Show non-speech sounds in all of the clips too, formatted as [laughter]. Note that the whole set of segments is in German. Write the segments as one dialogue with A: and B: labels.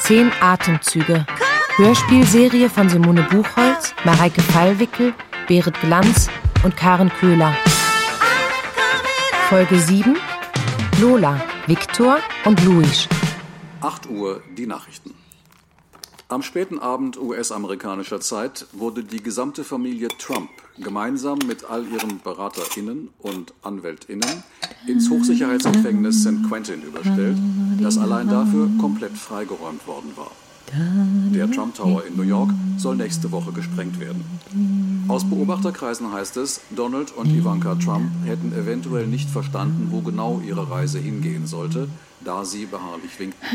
A: Zehn Atemzüge. Hörspielserie von Simone Buchholz, Mareike Fallwickel, Berit Glanz und Karen Köhler. Folge 7. Lola, Viktor und Luis.
B: 8 Uhr die Nachrichten. Am späten Abend US-amerikanischer Zeit wurde die gesamte Familie Trump gemeinsam mit all ihren BeraterInnen und AnwältInnen ins Hochsicherheitsgefängnis St. Quentin überstellt, das allein dafür komplett freigeräumt worden war. Der Trump Tower in New York soll nächste Woche gesprengt werden. Aus Beobachterkreisen heißt es, Donald und Ivanka Trump hätten eventuell nicht verstanden, wo genau ihre Reise hingehen sollte, da sie beharrlich winkten.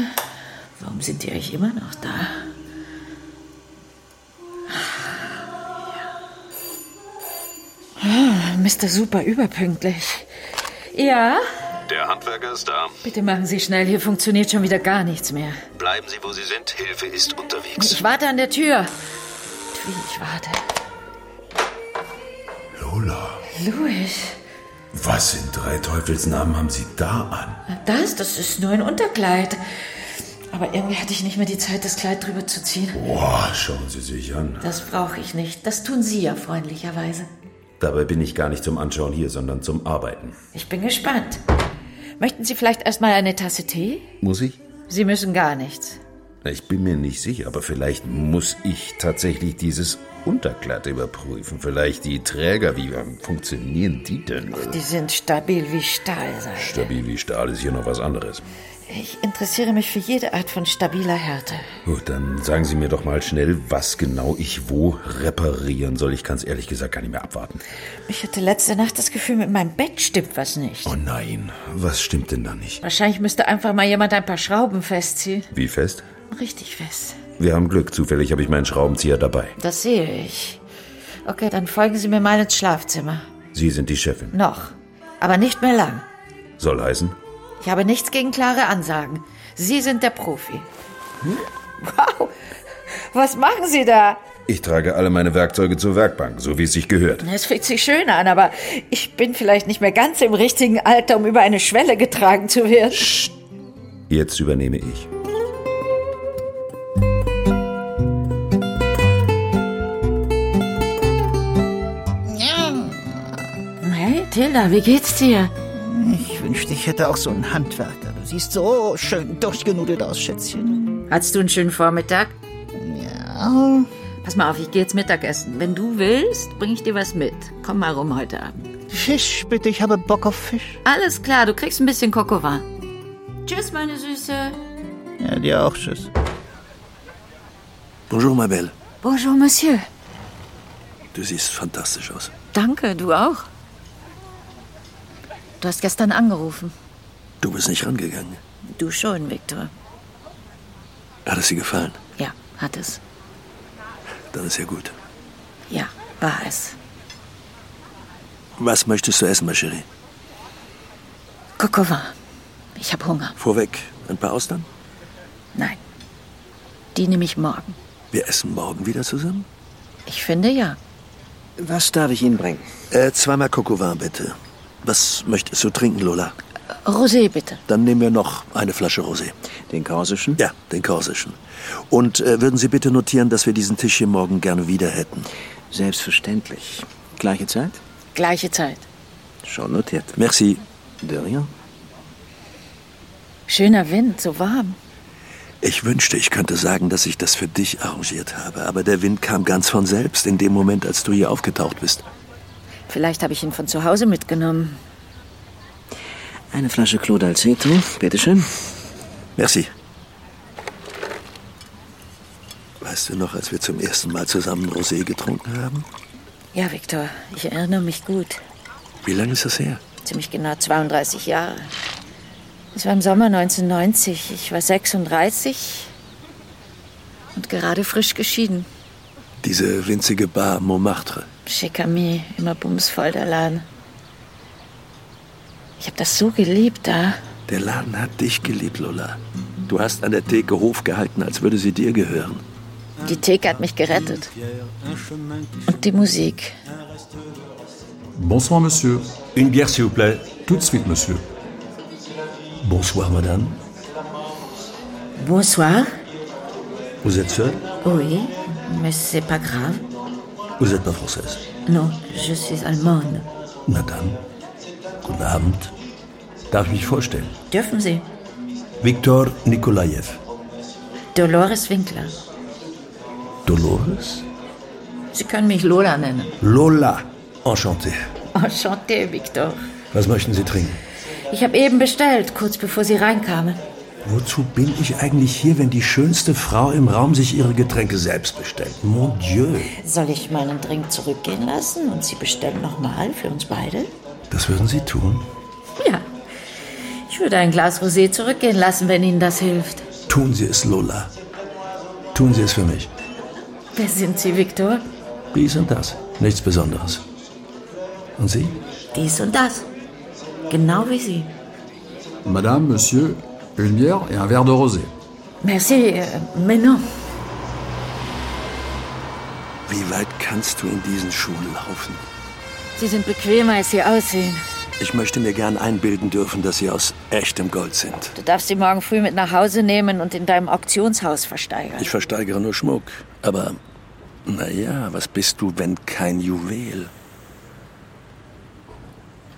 C: Warum sind die eigentlich immer noch da? Ah, Mr. Super überpünktlich. Ja,
D: Der Handwerker ist da.
C: bitte machen Sie schnell, hier funktioniert schon wieder gar nichts mehr.
D: Bleiben Sie, wo Sie sind. Hilfe ist unterwegs.
C: Ich warte an der Tür. Wie ich warte.
E: Lola,
C: Louis,
E: was in drei Teufelsnamen haben Sie da an?
C: das, das ist nur ein Unterkleid. Aber irgendwie hatte ich nicht mehr die Zeit, das Kleid drüber zu ziehen.
E: Boah, schauen Sie sich an.
C: Das brauche ich nicht. Das tun Sie ja freundlicherweise.
E: Dabei bin ich gar nicht zum Anschauen hier, sondern zum Arbeiten.
C: Ich bin gespannt. Möchten Sie vielleicht erstmal eine Tasse Tee?
E: Muss ich?
C: Sie müssen gar nichts.
E: Na, Ich bin mir nicht sicher, aber vielleicht muss ich tatsächlich dieses Unterkleid überprüfen. Vielleicht die Träger, wie ähm, funktionieren die denn?
C: Die sind stabil wie Stahl, sag ich.
E: Stabil wie Stahl ist hier noch was anderes.
C: Ich interessiere mich für jede Art von stabiler Härte.
E: Gut, dann sagen Sie mir doch mal schnell, was genau ich wo reparieren soll. Ich kann es ehrlich gesagt gar nicht mehr abwarten.
C: Ich hatte letzte Nacht das Gefühl, mit meinem Bett stimmt was nicht.
E: Oh nein, was stimmt denn da nicht?
C: Wahrscheinlich müsste einfach mal jemand ein paar Schrauben festziehen.
E: Wie fest?
C: Richtig fest.
E: Wir haben Glück, zufällig habe ich meinen Schraubenzieher dabei.
C: Das sehe ich. Okay, dann folgen Sie mir mal ins Schlafzimmer.
E: Sie sind die Chefin.
C: Noch. Aber nicht mehr lang.
E: Soll heißen?
C: Ich habe nichts gegen klare Ansagen. Sie sind der Profi. Wow! Was machen Sie da?
E: Ich trage alle meine Werkzeuge zur Werkbank, so wie es sich gehört.
C: Es fühlt sich schön an, aber ich bin vielleicht nicht mehr ganz im richtigen Alter, um über eine Schwelle getragen zu werden.
E: Jetzt übernehme ich.
C: Hey, Tilda, wie geht's dir?
F: Ich wünschte, ich hätte auch so einen Handwerker. Du siehst so schön durchgenudelt aus, Schätzchen.
C: Hattest du einen schönen Vormittag?
F: Ja,
C: Pass mal auf, ich gehe jetzt Mittagessen. Wenn du willst, bringe ich dir was mit. Komm mal rum heute Abend.
F: Fisch bitte, ich habe Bock auf Fisch.
C: Alles klar, du kriegst ein bisschen Kokova. Tschüss, meine Süße.
F: Ja, dir auch, tschüss.
G: Bonjour, ma belle.
C: Bonjour, Monsieur.
G: Du siehst fantastisch aus.
C: Danke, du auch. Du hast gestern angerufen.
G: Du bist nicht rangegangen.
C: Du schon, Viktor.
G: Hat es dir gefallen?
C: Ja, hat es.
G: Dann ist ja gut.
C: Ja, war es.
G: Was möchtest du essen, ma chérie?
C: Kokova. Ich habe Hunger.
G: Vorweg, ein paar Austern?
C: Nein. Die nehme ich morgen.
G: Wir essen morgen wieder zusammen?
C: Ich finde ja.
H: Was darf ich Ihnen bringen?
G: Äh, zweimal Kokowin, bitte. Was möchtest du trinken, Lola?
C: Rosé, bitte.
G: Dann nehmen wir noch eine Flasche Rosé.
H: Den korsischen?
G: Ja, den korsischen. Und äh, würden Sie bitte notieren, dass wir diesen Tisch hier morgen gerne wieder hätten.
H: Selbstverständlich. Gleiche Zeit?
C: Gleiche Zeit.
H: Schon notiert.
G: Merci.
H: De rien.
C: Schöner Wind, so warm.
G: Ich wünschte, ich könnte sagen, dass ich das für dich arrangiert habe, aber der Wind kam ganz von selbst in dem Moment, als du hier aufgetaucht bist.
C: Vielleicht habe ich ihn von zu Hause mitgenommen.
H: Eine Flasche Clos d'Alceto, bitteschön.
G: Merci. Weißt du noch, als wir zum ersten Mal zusammen Rosé getrunken haben?
C: Ja, Viktor, ich erinnere mich gut.
G: Wie lange ist das her?
C: Ziemlich genau 32 Jahre. Es war im Sommer 1990. Ich war 36 und gerade frisch geschieden.
G: Diese winzige Bar Montmartre.
C: Chicami, immer bumsvoll der Laden. Ich habe das so geliebt da.
G: Der Laden hat dich geliebt, Lola. Du hast an der Theke Hof gehalten, als würde sie dir gehören.
C: Die Theke hat mich gerettet. Und die Musik.
I: Bonsoir, monsieur. Une bière, s'il vous plaît. Tout de suite, monsieur. Bonsoir, madame.
C: Bonsoir.
G: Vous êtes seule
C: Oui, mais c'est pas grave.
G: Vous n'êtes pas française
C: Non, je suis allemande.
G: Na dann. Guten Abend. Darf ich mich vorstellen?
C: Dürfen Sie?
G: Viktor Nikolajew.
C: Dolores Winkler.
G: Dolores?
C: Sie können mich Lola nennen.
G: Lola. Enchanté.
C: Enchanté, Victor.
G: Was möchten Sie trinken?
C: Ich habe eben bestellt, kurz bevor Sie reinkamen.
G: Wozu bin ich eigentlich hier, wenn die schönste Frau im Raum sich ihre Getränke selbst bestellt? Mon Dieu.
C: Soll ich meinen Drink zurückgehen lassen und Sie bestellen nochmal für uns beide?
G: Das würden Sie tun?
C: Ja. Ich würde ein Glas Rosé zurückgehen lassen, wenn Ihnen das hilft.
G: Tun Sie es, Lola. Tun Sie es für mich.
C: Wer sind Sie, Victor?
G: Dies und das. Nichts Besonderes. Und Sie?
C: Dies und das. Genau wie Sie.
B: Madame, Monsieur, une bière et un verre de rosé.
C: Merci, äh, mais non.
G: Wie weit kannst du in diesen Schuhen laufen?
C: Sie sind bequemer, als Sie aussehen.
G: Ich möchte mir gern einbilden dürfen, dass sie aus echtem Gold sind.
C: Du darfst sie morgen früh mit nach Hause nehmen und in deinem Auktionshaus versteigern.
G: Ich versteigere nur Schmuck. Aber, naja, was bist du, wenn kein Juwel?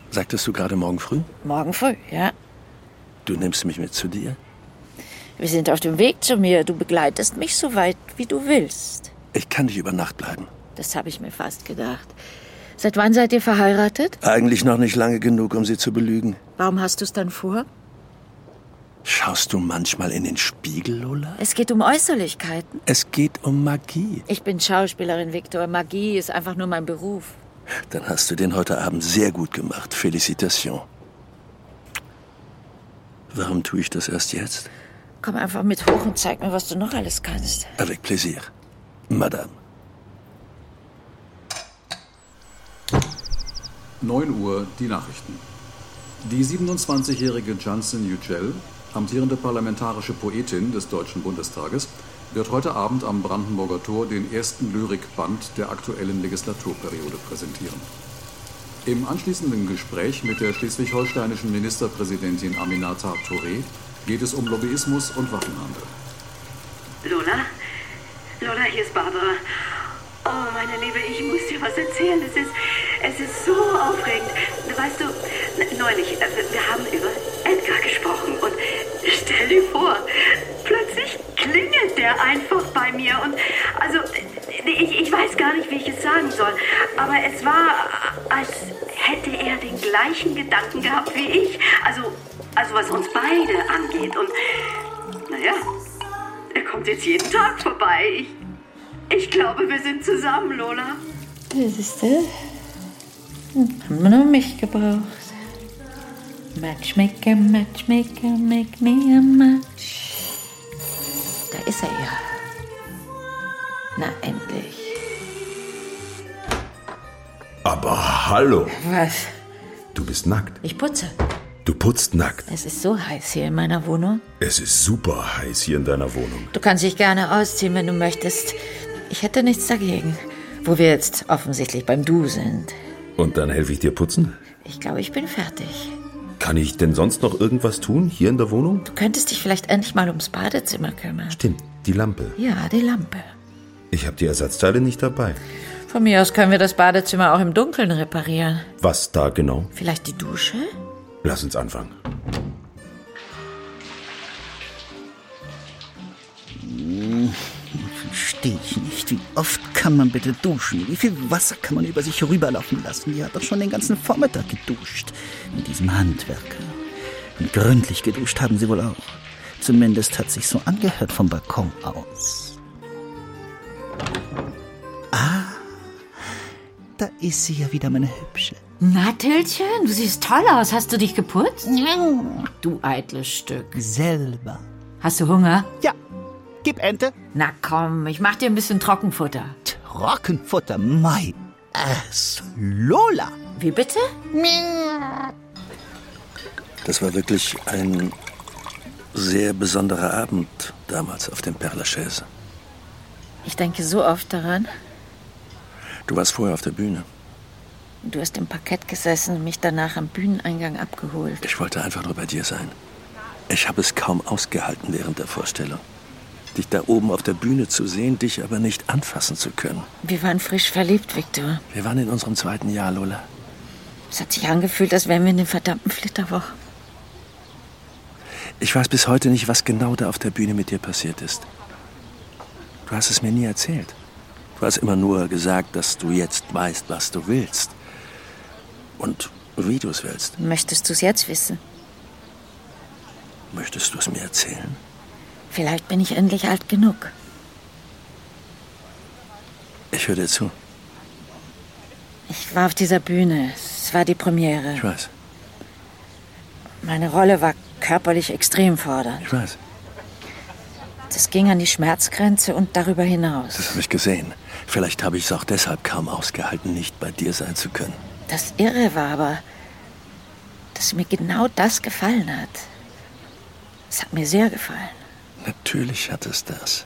G: Sagtest du gerade morgen früh?
C: morgen früh, ja.
G: Du nimmst mich mit zu dir?
C: Wir sind auf dem Weg zu mir. Du begleitest mich so weit, wie du willst.
G: Ich kann nicht über Nacht bleiben.
C: Das habe ich mir fast gedacht. Seit wann seid ihr verheiratet?
G: Eigentlich noch nicht lange genug, um sie zu belügen.
C: Warum hast du es dann vor?
G: Schaust du manchmal in den Spiegel, Lola?
C: Es geht um Äußerlichkeiten.
G: Es geht um Magie.
C: Ich bin Schauspielerin, Viktor. Magie ist einfach nur mein Beruf.
G: Dann hast du den heute Abend sehr gut gemacht. Felicitation. Warum tue ich das erst jetzt?
C: Komm einfach mit hoch und zeig mir, was du noch alles kannst.
G: Avec plaisir. Madame.
B: 9 Uhr die Nachrichten. Die 27-jährige Janssen Yücel, amtierende parlamentarische Poetin des Deutschen Bundestages, wird heute Abend am Brandenburger Tor den ersten Lyrikband der aktuellen Legislaturperiode präsentieren. Im anschließenden Gespräch mit der schleswig-holsteinischen Ministerpräsidentin Aminata Touré geht es um Lobbyismus und Waffenhandel.
J: Lola? Lola, hier ist Barbara. Oh, meine Liebe, ich muss dir was erzählen. Es ist, es ist so aufregend. Weißt du, neulich, äh, wir haben über Edgar gesprochen und stell dir vor, plötzlich klingelt der einfach bei mir und also, äh, ich, ich weiß gar nicht, wie ich es sagen soll, aber es war, als hätte er den gleichen Gedanken gehabt wie ich. Also, also was uns beide angeht und, naja, er kommt jetzt jeden Tag vorbei. Ich, ich glaube, wir sind zusammen, Lola.
C: Das ist das. Haben wir nur mich gebraucht. Matchmaker, Matchmaker, make me a match. Da ist er ja. Na, endlich.
E: Aber hallo,
C: Was?
E: du bist nackt.
C: Ich putze.
E: Du putzt nackt.
C: Es ist so heiß hier in meiner Wohnung.
E: Es ist super heiß hier in deiner Wohnung.
C: Du kannst dich gerne ausziehen, wenn du möchtest. Ich hätte nichts dagegen. Wo wir jetzt offensichtlich beim Du sind.
E: Und dann helfe ich dir putzen?
C: Ich glaube, ich bin fertig.
E: Kann ich denn sonst noch irgendwas tun hier in der Wohnung?
C: Du könntest dich vielleicht endlich mal ums Badezimmer kümmern.
E: Stimmt, die Lampe.
C: Ja, die Lampe.
E: Ich habe die Ersatzteile nicht dabei.
C: Von mir aus können wir das Badezimmer auch im Dunkeln reparieren.
E: Was da genau?
C: Vielleicht die Dusche?
E: Lass uns anfangen.
F: Verstehe ich nicht. Wie oft kann man bitte duschen? Wie viel Wasser kann man über sich rüberlaufen lassen? Die hat doch schon den ganzen Vormittag geduscht. Mit diesem Handwerker. Und gründlich geduscht haben sie wohl auch. Zumindest hat sich so angehört vom Balkon aus. Ah, da ist sie ja wieder, meine Hübsche.
K: Na, Tillchen, du siehst toll aus. Hast du dich geputzt? Du eitles Stück.
F: Selber.
K: Hast du Hunger?
F: Ja, gib Ente.
K: Na komm, ich mach dir ein bisschen Trockenfutter.
F: Trockenfutter, mein Ass. Lola.
K: Wie bitte?
G: Das war wirklich ein sehr besonderer Abend damals auf dem Père Lachaise.
C: Ich denke so oft daran.
G: Du warst vorher auf der Bühne.
C: Du hast im Parkett gesessen und mich danach am Bühneneingang abgeholt.
G: Ich wollte einfach nur bei dir sein. Ich habe es kaum ausgehalten während der Vorstellung. dich da oben auf der Bühne zu sehen, dich aber nicht anfassen zu können.
C: Wir waren frisch verliebt, Victor.
G: Wir waren in unserem zweiten Jahr, Lola.
C: Es hat sich angefühlt, als wären wir in den verdammten Flitterwochen.
G: Ich weiß bis heute nicht, was genau da auf der Bühne mit dir passiert ist. Du hast es mir nie erzählt. Du hast immer nur gesagt, dass du jetzt weißt, was du willst. Und wie du es willst.
C: Möchtest du es jetzt wissen?
G: Möchtest du es mir erzählen?
C: Vielleicht bin ich endlich alt genug.
G: Ich höre dir zu.
C: Ich war auf dieser Bühne. Es war die Premiere.
G: Ich weiß,
C: Meine Rolle war körperlich extrem fordernd.
G: ich weiß.
C: Das ging an die Schmerzgrenze und darüber hinaus.
G: Das habe ich gesehen. Vielleicht habe ich es auch deshalb kaum ausgehalten, nicht bei dir sein zu können.
C: Das Irre war aber, dass mir genau das gefallen hat. Es hat mir sehr gefallen.
G: Natürlich hat es das.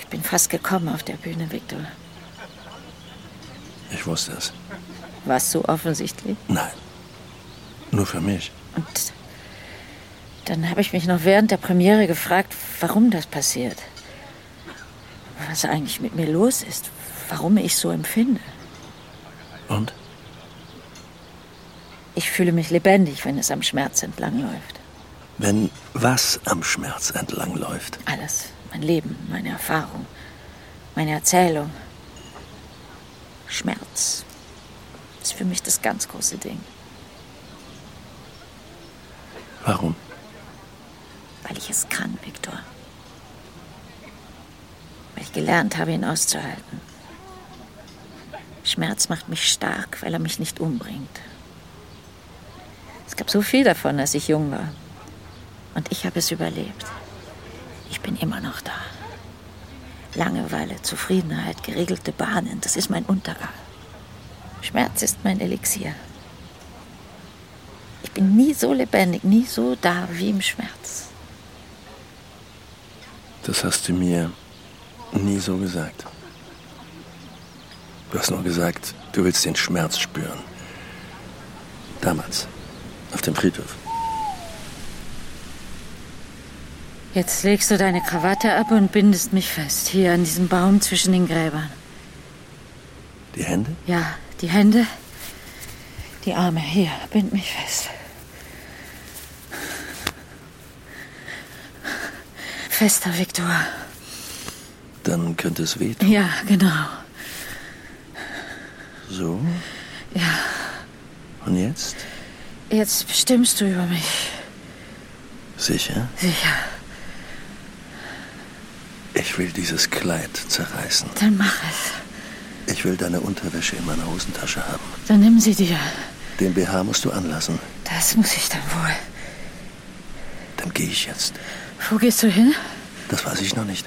C: Ich bin fast gekommen auf der Bühne, Victor.
G: Ich wusste es.
C: Warst du offensichtlich?
G: Nein. Nur für mich.
C: Und dann habe ich mich noch während der Premiere gefragt, warum das passiert. Was eigentlich mit mir los ist. Warum ich so empfinde.
G: Und?
C: Ich fühle mich lebendig, wenn es am Schmerz entlangläuft.
G: Wenn was am Schmerz entlangläuft.
C: Alles. Mein Leben, meine Erfahrung, meine Erzählung. Schmerz ist für mich das ganz große Ding.
G: Warum?
C: Weil ich es kann, Viktor. Weil ich gelernt habe, ihn auszuhalten. Schmerz macht mich stark, weil er mich nicht umbringt. Es gab so viel davon, als ich jung war. Und ich habe es überlebt. Ich bin immer noch da. Langeweile, Zufriedenheit, geregelte Bahnen, das ist mein Untergang. Schmerz ist mein Elixier. Ich bin nie so lebendig, nie so da wie im Schmerz.
G: Das hast du mir nie so gesagt. Du hast nur gesagt, du willst den Schmerz spüren. Damals. Auf dem Friedhof.
C: Jetzt legst du deine Krawatte ab und bindest mich fest, hier an diesem Baum zwischen den Gräbern.
G: Die Hände?
C: Ja, die Hände, die Arme, hier, bind mich fest. Fester, Viktor.
G: Dann könnte es wehtun.
C: Ja, genau.
G: So?
C: Ja.
G: Und jetzt?
C: Jetzt bestimmst du über mich.
G: Sicher?
C: Sicher.
G: Ich will dieses Kleid zerreißen.
C: Dann mach es.
G: Ich will deine Unterwäsche in meiner Hosentasche haben.
C: Dann nimm sie dir.
G: Den BH musst du anlassen.
C: Das muss ich dann wohl.
G: Dann gehe ich jetzt.
C: Wo gehst du hin?
G: Das weiß ich noch nicht.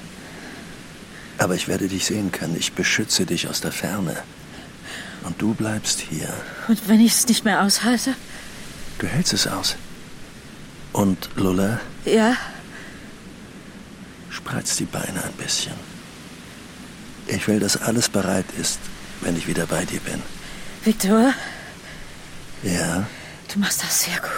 G: Aber ich werde dich sehen können. Ich beschütze dich aus der Ferne. Und du bleibst hier.
C: Und wenn ich es nicht mehr aushalte?
G: Du hältst es aus. Und Lola,
C: Ja.
G: spreiz die Beine ein bisschen. Ich will, dass alles bereit ist, wenn ich wieder bei dir bin.
C: Viktor,
G: Ja?
C: du machst das sehr gut.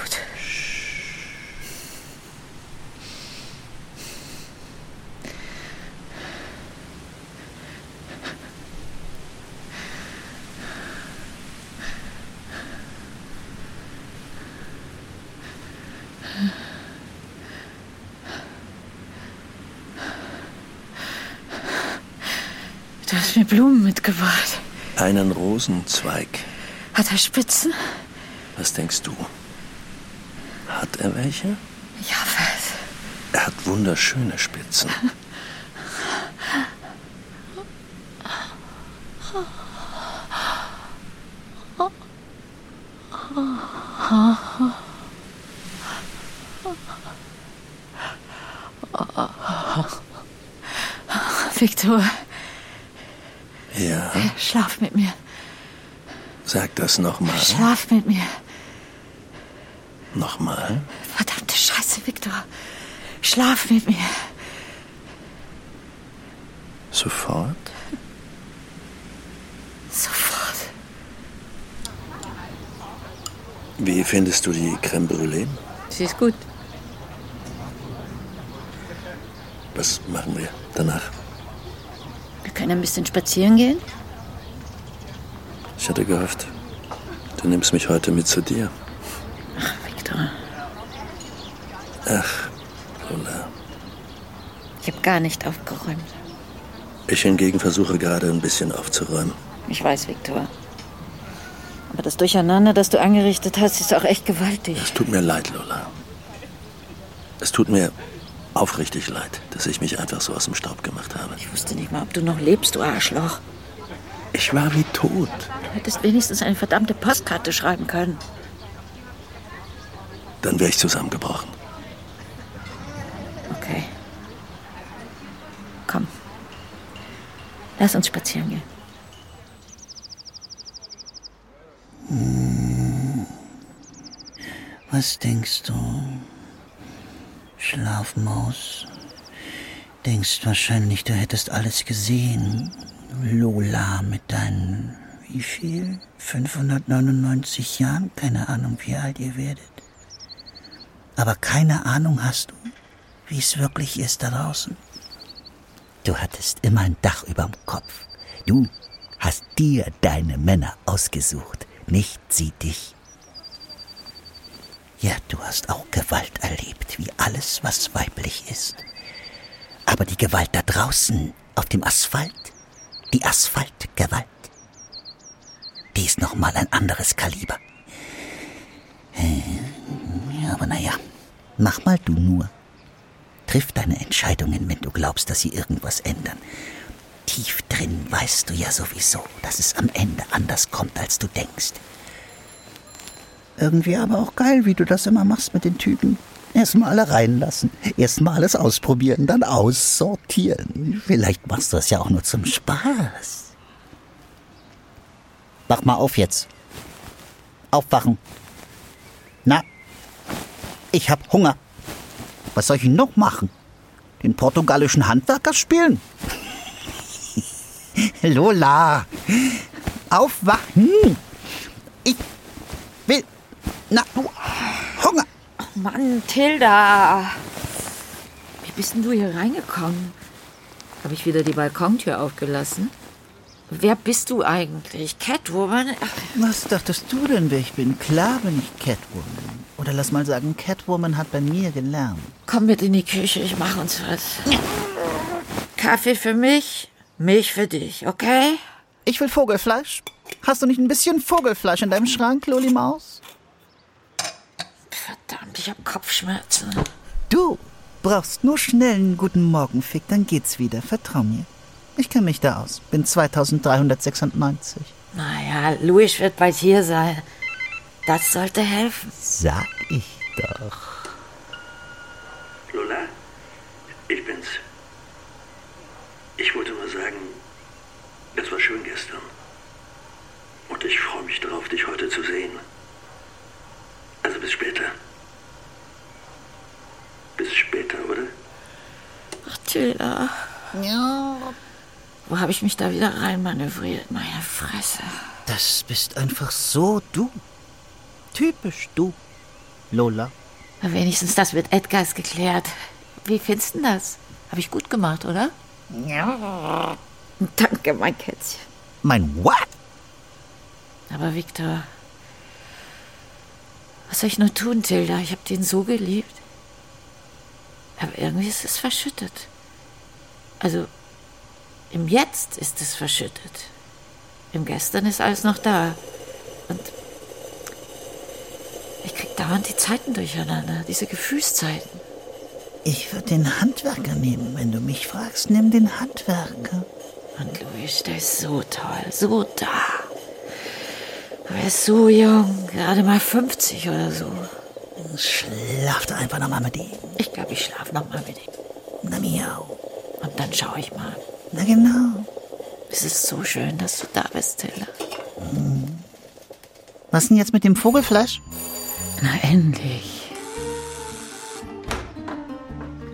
C: Du hast mir Blumen mitgebracht.
G: Einen Rosenzweig.
C: Hat er Spitzen?
G: Was denkst du? Hat er welche?
C: Ich hoffe es.
G: Er hat
C: [laughs]
G: wunderschöne Spitzen.
C: Viktor,
G: Ja,
C: schlaf mit mir.
G: sag das nochmal.
C: Schlaf mit mir.
G: Nochmal.
C: Verdammte Scheiße, Viktor. Schlaf mit mir.
G: Sofort.
C: Sofort.
G: Wie findest du die Creme Brûlée?
C: Sie ist gut.
G: Was machen wir danach?
C: Wir können ein bisschen spazieren gehen.
G: Ich hatte gehofft, du nimmst mich heute mit zu dir.
C: Victor,
G: Ach, Lola.
C: ich habe gar nicht aufgeräumt.
G: Ich hingegen versuche gerade ein bisschen aufzuräumen.
C: Ich weiß, Victor. Aber das Durcheinander, das du angerichtet hast, ist auch echt gewaltig.
G: Es tut mir leid, Lola. Es tut mir aufrichtig leid, dass ich mich einfach so aus dem Staub gemacht habe.
C: Ich wusste nicht mal, ob du noch lebst, du Arschloch.
G: Ich war wie tot.
C: Du hättest wenigstens eine verdammte Postkarte schreiben können.
G: Dann wäre ich zusammengebrochen.
C: Okay. Komm. Lass uns spazieren gehen.
F: Was denkst du? Schlafmaus? Denkst wahrscheinlich, du hättest alles gesehen. Lola mit deinen, wie viel? 599 Jahren? Keine Ahnung, wie alt ihr werdet. Aber keine Ahnung hast du, wie es wirklich ist da draußen. Du hattest immer ein Dach überm Kopf. Du hast dir deine Männer ausgesucht, nicht sie dich. Ja, du hast auch Gewalt erlebt, wie alles, was weiblich ist. Aber die Gewalt da draußen, auf dem Asphalt, die Asphaltgewalt, die ist noch mal ein anderes Kaliber. Äh, Aber naja, mach mal du nur. Triff deine Entscheidungen, wenn du glaubst, dass sie irgendwas ändern. Tief drin weißt du ja sowieso, dass es am Ende anders kommt, als du denkst. Irgendwie aber auch geil, wie du das immer machst mit den Typen. Erstmal alle reinlassen, erstmal alles ausprobieren, dann aussortieren. Vielleicht machst du das ja auch nur zum Spaß. Wach mal auf jetzt. Aufwachen. Na, ich hab Hunger. Was soll ich denn noch machen? Den portugalischen Handwerker spielen? [laughs] Lola, aufwachen! Ich will. Na, du, Hunger!
K: Mann, Tilda! Wie bist denn du hier reingekommen? Habe ich wieder die Balkontür aufgelassen? Wer bist du eigentlich? Catwoman?
F: Was dachtest du denn, wer ich bin? Klar bin ich Catwoman. Oder lass mal sagen, Catwoman hat bei mir gelernt.
C: Komm mit in die Küche, ich mache uns was. Kaffee für mich, Milch für dich, okay?
F: Ich will Vogelfleisch. Hast du nicht ein bisschen Vogelfleisch in deinem Schrank, Loli Maus?
C: Verdammt, ich habe Kopfschmerzen.
F: Du brauchst nur schnell einen guten Morgenfick, dann geht's wieder. Vertrau mir. Ich kenne mich da aus. Bin 2396.
C: Naja, Luis wird bald hier sein. Das sollte helfen.
F: Sag ich doch.
L: Lola, ich bin's. Ich wollte mal sagen, es war schön gestern. Und ich freue mich darauf, dich heute zu sehen. Also bis später. Bis später, oder?
C: Ach, Tilda.
F: Ja.
C: Wo habe ich mich da wieder reinmanövriert? Meine Fresse.
F: Das bist einfach so du. Typisch du, Lola.
C: Wenigstens das mit Edgars geklärt. Wie findest du denn das? Habe ich gut gemacht, oder?
F: Ja.
C: Danke, mein Kätzchen.
F: Mein What?
C: Aber Viktor, was soll ich nur tun, Tilda? Ich habe den so geliebt. Aber irgendwie ist es verschüttet. Also, im Jetzt ist es verschüttet. Im Gestern ist alles noch da. Und ich krieg dauernd die Zeiten durcheinander, diese Gefühlszeiten.
F: Ich würde den Handwerker nehmen, wenn du mich fragst. Nimm den Handwerker.
C: Und Luis, der ist so toll, so da. Aber er ist so jung, gerade mal 50 oder so.
F: Schlaf doch einfach nochmal mit ihm.
C: Ich glaube, ich schlafe nochmal mit ihm.
F: Na miau.
C: Und dann schaue ich mal.
F: Na genau.
C: Es ist so schön, dass du da bist, Tilda.
F: Was denn jetzt mit dem Vogelfleisch?
C: Na endlich.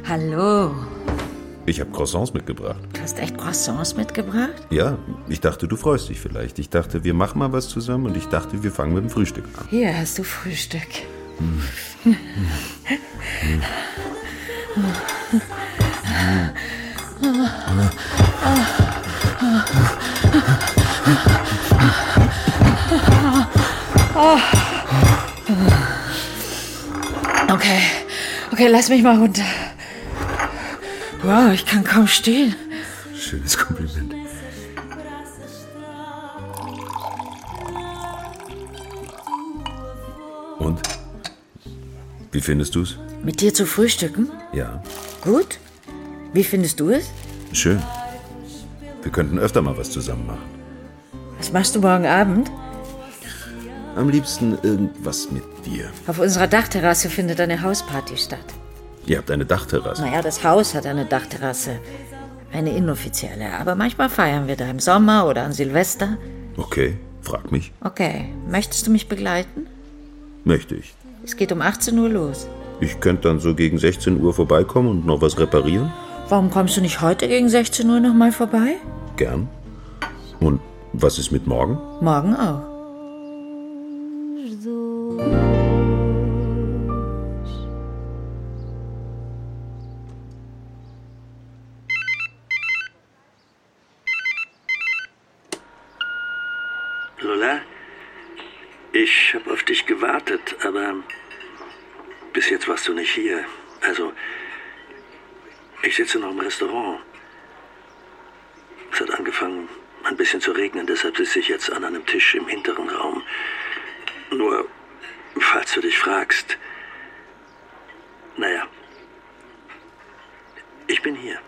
C: Hallo,
E: Ich habe Croissants mitgebracht.
C: du hast echt Croissants mitgebracht?
E: Ja, ich dachte, du freust dich vielleicht. Ich dachte, wir machen mal was zusammen und ich dachte, wir fangen mit dem Frühstück an.
C: Hier hast du Frühstück. Okay, okay, lass mich mal runter. Wow, ich kann kaum stehen.
E: Schönes Kompliment. Und? Wie findest du's?
C: Mit dir zu frühstücken?
E: Ja,
C: Gut. Wie findest du es?
E: schön. Wir könnten öfter mal was zusammen machen.
C: Was machst du morgen Abend?
E: Am liebsten irgendwas mit dir.
C: Auf unserer Dachterrasse findet eine Hausparty statt.
E: Ihr habt eine Dachterrasse.
C: Naja, das Haus hat eine Dachterrasse. Eine inoffizielle. Aber manchmal feiern wir da im Sommer oder an Silvester.
E: Okay, frag mich.
C: Okay, möchtest du mich begleiten?
E: Möchte ich.
C: Es geht um 18 Uhr los.
E: Ich könnte dann so gegen 16 Uhr vorbeikommen und noch was reparieren.
C: Warum kommst du nicht heute gegen 16 Uhr nochmal vorbei?
E: Gern. Und was ist mit morgen?
C: Morgen auch.
L: Lola, ich habe auf dich gewartet, aber bis jetzt warst du nicht hier. Also, ich sitze noch im Restaurant. Es hat angefangen, ein bisschen zu regnen, deshalb sitze ich jetzt an einem Tisch im hinteren Raum. Nur, falls du dich fragst, naja, ich bin hier.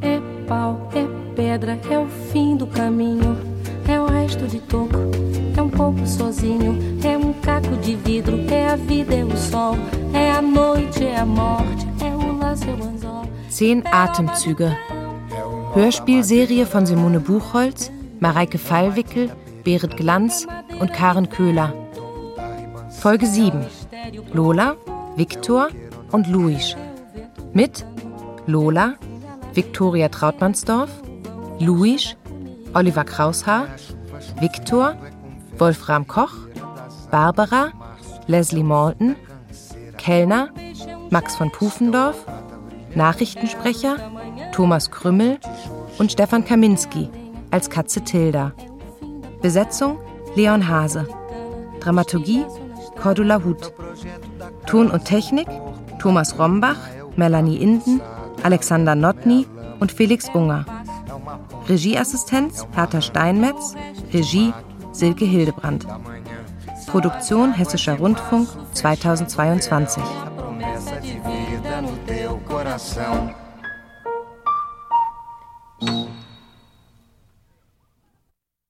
M: É pau, é pedra, é o fim do caminho, é o resto de toco, é um pouco sozinho, é um caco de vidro, é a vida, é o sol, é a noite, é a morte, é o laço, é o anzol.
A: Zehn Atemzüge. Hörspielserie von Simone Buchholz, Mareike Fallwickel, Berit Glanz und Karen Köhler. Folge 7. Lola, Viktor und Luis. Mit Lola, Viktoria Trautmannsdorf, Luis, Oliver Kraushaar, Viktor, Wolfram Koch, Barbara, Leslie Malton, Kellner, Max von Pufendorf, Nachrichtensprecher, Thomas Krümmel und Stefan Kaminski als Katze Tilda. Besetzung Leon Hase. Dramaturgie Cordula Huth. Ton und Technik Thomas Rombach, Melanie Inden, Alexander Notny und Felix Unger. Regieassistenz Hertha Steinmetz, Regie Silke Hildebrand. Produktion Hessischer Rundfunk 2022.
N: promessa de vida no teu coração.